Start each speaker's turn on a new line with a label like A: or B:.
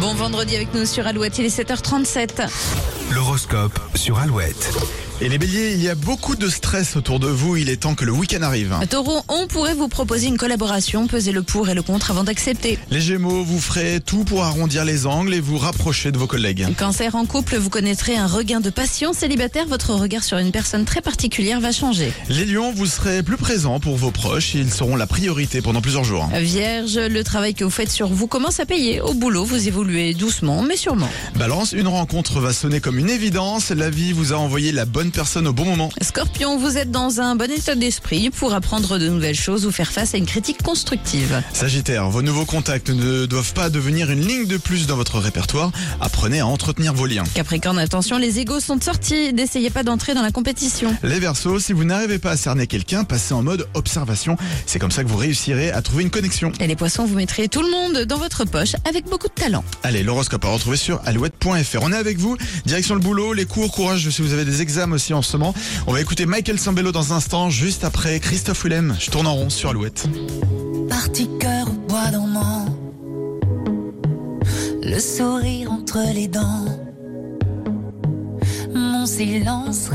A: Bon vendredi avec nous sur Alouette, il est 7h37.
B: L'horoscope sur Alouette.
C: Et les béliers, il y a beaucoup de stress autour de vous, il est temps que le week-end arrive. hein.
A: Taureau, on pourrait vous proposer une collaboration, peser le pour et le contre avant d'accepter.
C: Les gémeaux, vous ferez tout pour arrondir les angles et vous rapprocher de vos collègues.
A: Cancer en couple, vous connaîtrez un regain de passion. Célibataire, votre regard sur une personne très particulière va changer.
C: Les lions, vous serez plus présents pour vos proches, ils seront la priorité pendant plusieurs jours. hein.
A: Vierge, le travail que vous faites sur vous commence à payer. Au boulot, vous évoluez doucement mais sûrement.
C: Balance, une rencontre va sonner comme une évidence, la vie vous a envoyé la bonne personne au bon moment.
A: Scorpion, vous êtes dans un bon état d'esprit pour apprendre de nouvelles choses ou faire face à une critique constructive.
C: Sagittaire, vos nouveaux contacts ne doivent pas devenir une ligne de plus dans votre répertoire, apprenez à entretenir vos liens.
A: Capricorne, attention, les égaux sont sortis. N'essayez pas d'entrer dans la compétition.
C: Les Verseaux, si vous n'arrivez pas à cerner quelqu'un, passez en mode observation, c'est comme ça que vous réussirez à trouver une connexion.
A: Et les poissons, vous mettrez tout le monde dans votre poche avec beaucoup de talent.
C: Allez, l'horoscope à retrouver sur alouette.fr. On est avec vous, direction le boulot, les cours, courage si vous avez des examens aussi en ce moment. On va écouter Michael Sambello dans un instant, juste après Christophe Willem. Je tourne en rond sur Alouette.
D: parti cœur au bois dormant, le sourire entre les dents, mon silence.